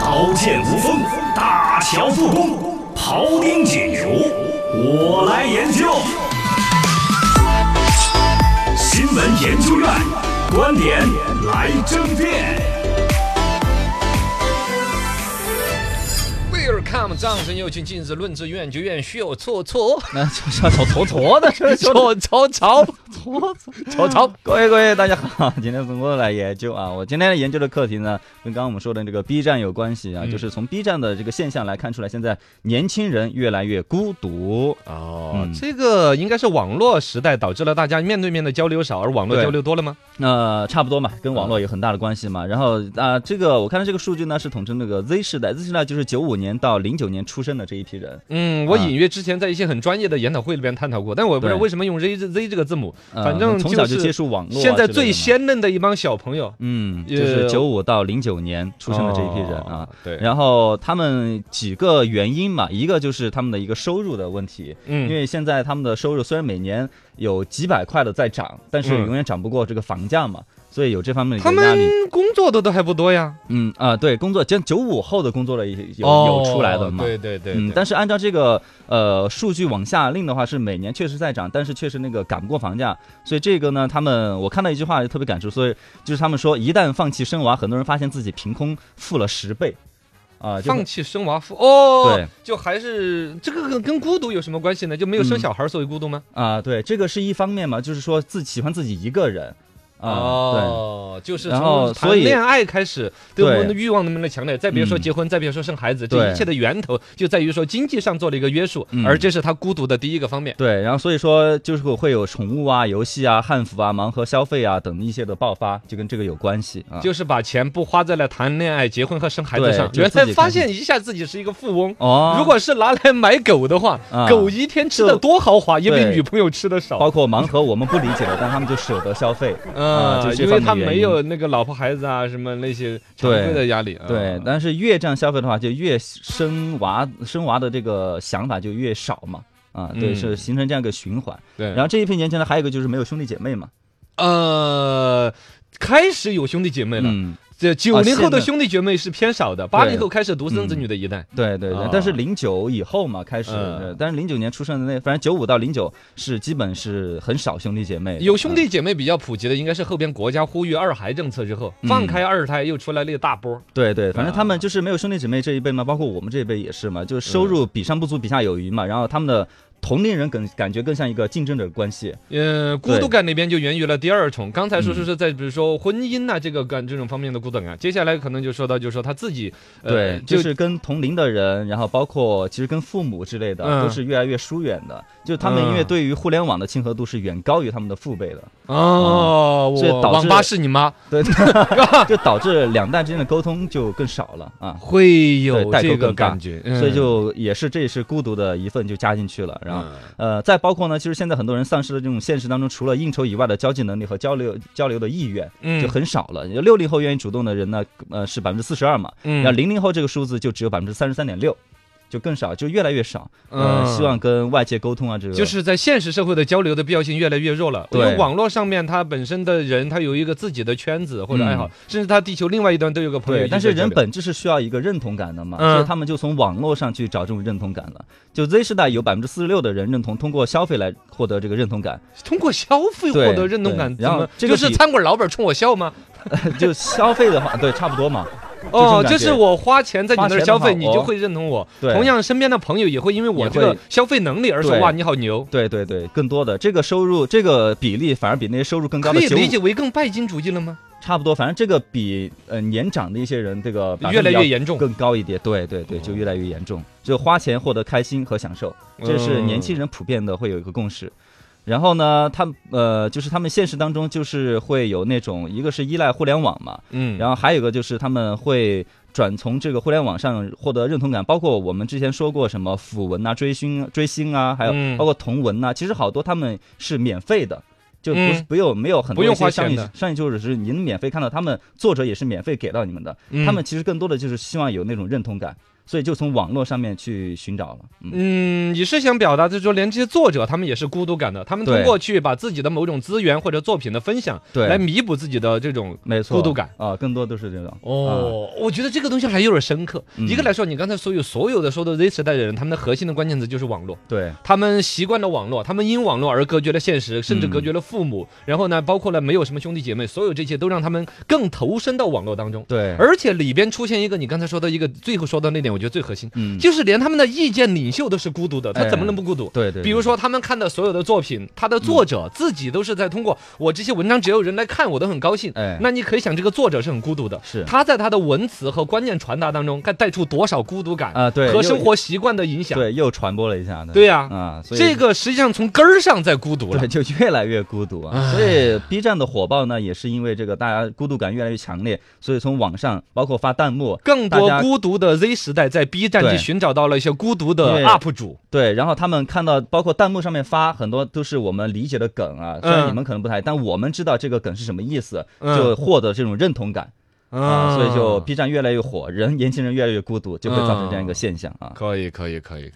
刀剑无锋，大乔复工，庖丁解牛，我来研究。新闻研究院观点来争辩。威尔康，掌声有请！今日论之院就院秀错错 那小小丑坨坨的，这小错错错坨坨。错错，各位各位，大家好，今天从过来研究啊，我今天研究的课题呢，跟刚刚我们说的这个 B 站有关系啊，嗯就是从 B 站的这个现象来看出来，现在年轻人越来越孤独。哦嗯，这个应该是网络时代导致了大家面对面的交流少，而网络对交流多了吗？那、差不多嘛，跟网络有很大的关系嘛。然后啊、这个我看到这个数据呢，是统称那个 Z 世代，Z 世代就是九五年到零九年出生的这一批人。嗯，我啊隐约之前在一些很专业的研讨会里边探讨过，但我不知道对为什么用 Z Z 这个字母。呃反正从小就就是接触网络啊之类的现嘛，在最鲜嫩的一帮小朋友嗯，就呃是九五到零九年出生的这一批人啊。哦，对，然后他们几个原因嘛，一个就是他们的一个收入的问题，因嗯，为现在他们的收入虽然每年有几百块的在涨，但是嗯永远涨不过这个房价嘛，所以有这方面的他一个压们力。工作的都还不多呀，嗯啊、对，工作，像九五后的工作了也有、哦有出来的嘛。对对对，嗯，对但是按照这个呃数据往下令的话，是每年确实在涨，但是确实那个赶不过房价，所以这个呢，他们我看到一句话就特别感触，所以就是他们说，一旦放弃生娃，很多人发现自己凭空富了十倍，啊、就放弃生娃夫哦，对，就还是这个跟跟孤独有什么关系呢？就没有生嗯小孩，所以孤独吗？啊、对，这个是一方面嘛，就是说自喜欢自己一个人，啊、哦，就是然后从谈所以恋爱开始，对我对们的欲望能不能强烈？再别说嗯结婚，再别说生孩子，这对一切的源头就在于说经济上做了一个约束，嗯而这是他孤独的第一个方面。对对，然后所以说就是会有宠物啊、游戏啊、汉服啊、盲盒消费啊等一些的爆发，就跟这个有关系啊。就是把钱不花在了谈恋爱、结婚和生孩子对上，就原自来己发开心现一下自己是一个富翁。哦，如果是拿来买狗的话，啊狗一天吃的多豪华，也比对女朋友吃的少。包括盲盒我们不理解的，但他们就舍得消费。嗯，啊就这因为方面他原没因有那个老婆孩子啊，什么那些常对规的压力。啊对，但是越这样消费的话，就越生娃生娃的这个想法就越少嘛。啊，对，嗯是形成这样一个循环。对，然后这一批年轻人还有一个就是没有兄弟姐妹嘛。呃，开始有兄弟姐妹了。嗯，这九零现后的在兄弟姐妹是偏少的，八零对嗯后开始独生子女的一代。对对对啊。但是零九以后嘛开始，嗯呃但是零九年出生的那，反正九五到零九是基本是很少兄弟姐妹的。嗯有兄弟姐妹比较普及的，应该是后边国家呼吁二孩政策之后，嗯放开二胎又出来了一大波。对对，反正他们就是没有兄弟姐妹这一辈嘛，包括我们这一辈也是嘛，嗯就是收入比上不足，比下有余嘛。然后他们的同龄人更感觉更像一个竞争者关系。嗯，孤独对感那边就源于了第二重。刚才说嗯说是在比如说婚姻呐、这个感这种方面的孤独感，接下来可能就说到就是说他自己，呃对，就是跟同龄的人，然后包括其实跟父母之类的，嗯都是越来越疏远的。就他们因为嗯对于互联网的亲和度是远高于他们的父辈 的，哦，嗯所以我导网致吧是你妈，对， 就导致两代之间的沟通就更少了啊。会有对代沟这个更大感觉，所以嗯就也是这也是孤独的一份就加进去了，然后嗯。呃，再包括呢，其实现在很多人丧失了这种现实当中除了应酬以外的交际能力和交流交流的意愿，嗯就很少了。六零后愿意主动的人呢，呃是百分之四十二嘛，嗯然后零零后这个数字就只有百分之三十三点六，就更少，就越来越少。呃，嗯希望跟外界沟通啊，这个就是在现实社会的交流的必要性越来越弱了。因对为网络上面，他本身的人，他有一个自己的圈子或者嗯爱好，甚至他地球另外一端都有个朋友一对，直在但交是流。人本质是需要一个认同感的嘛，嗯所以他们就从网络上去找这种认同感了。就 Z 世代有百分之四十六的人认同通过消费来获得这个认同感，通过消费获得认同感，对对然后怎这么就个是比餐馆老板冲我笑吗？就消费的话，对，差不多嘛。这种哦，感就觉是我花钱在你那花儿钱的消费，话你哦就会认同我。对同样，身边的朋友也会因为我也这会个消费能力而说对哇，你好牛。对对对，更多的这个收入，这个比例反而比那些收入更高可的以九理解五为更拜金主义了吗？差不多，反正这个比呃年长的一些人这个越来越严严重。更高一点。对对对，就越来越严重，就花钱获得开心和享受，这是年嗯轻人普遍的会有一个共识。然后呢，他们呃，就是他们现实当中就是会有那种，一个是依赖互联网嘛，嗯，然后还有一个就是他们会转从这个互联网上获得认同感，包括我们之前说过什么腐文啊、追星、追星啊，还嗯有包括同文呐、其实好多他们是免费的。就不是嗯不用没有很不多用一些花商钱业的商业就是是您免费看到他们作者也是免费给到你们的，嗯他们其实更多的就是希望有那种认同感，所以就从网络上面去寻找了。嗯，嗯，你是想表达，就是说，连这些作者他们也是孤独感的，他们通对过去把自己的某种资源或者作品的分享，对来弥补自己的这种没错，孤独感。啊、更多都是这种。啊哦，我觉得这个东西还有点深刻。嗯一个来说，你刚才所有所有的说的 Z 时代的人，他们的核心的关键词就是网络，对，他们习惯了网络，他们因网络而隔绝了现实，甚至嗯隔绝了父母。然后呢，包括了没有什么兄弟姐妹，所有这些都让他们更投身到网络当中。对，而且里边出现一个你刚才说的一个最后说到那点，我觉得最核心，嗯，就是连他们的意见领袖都是孤独的，他哎怎么能不孤独？对对，比如说，他们看的所有的作品，他的作者自己都是在通过我这些文章，只要有人来看，我都很高兴。嗯哎那你可以想，这个作者是很孤独的，是他在他的文词和观念传达当中，该带出多少孤独感啊对和又生活习惯的影响。对又传播了一下，对呀啊，所以这个实际上从根儿上在孤独了对，。就越来越孤独啊。所以 B 站的火爆呢，也是因为这个大家孤独感越来越强烈，所以从网上包括发弹幕，更大多家孤独的 Z 时代在 B 站去对寻找到了一些孤独因为的 UP 主，对，然后他们看到包括弹幕上面发很多都是我们理解的梗啊，虽然嗯你们可能不太，但我们知道这个梗是什么意思，嗯就获得这种认同感啊，所以就 B 站越来越火，人年轻人越来越孤独，就会造成这样一个现象啊。可以，可以，可以，可以。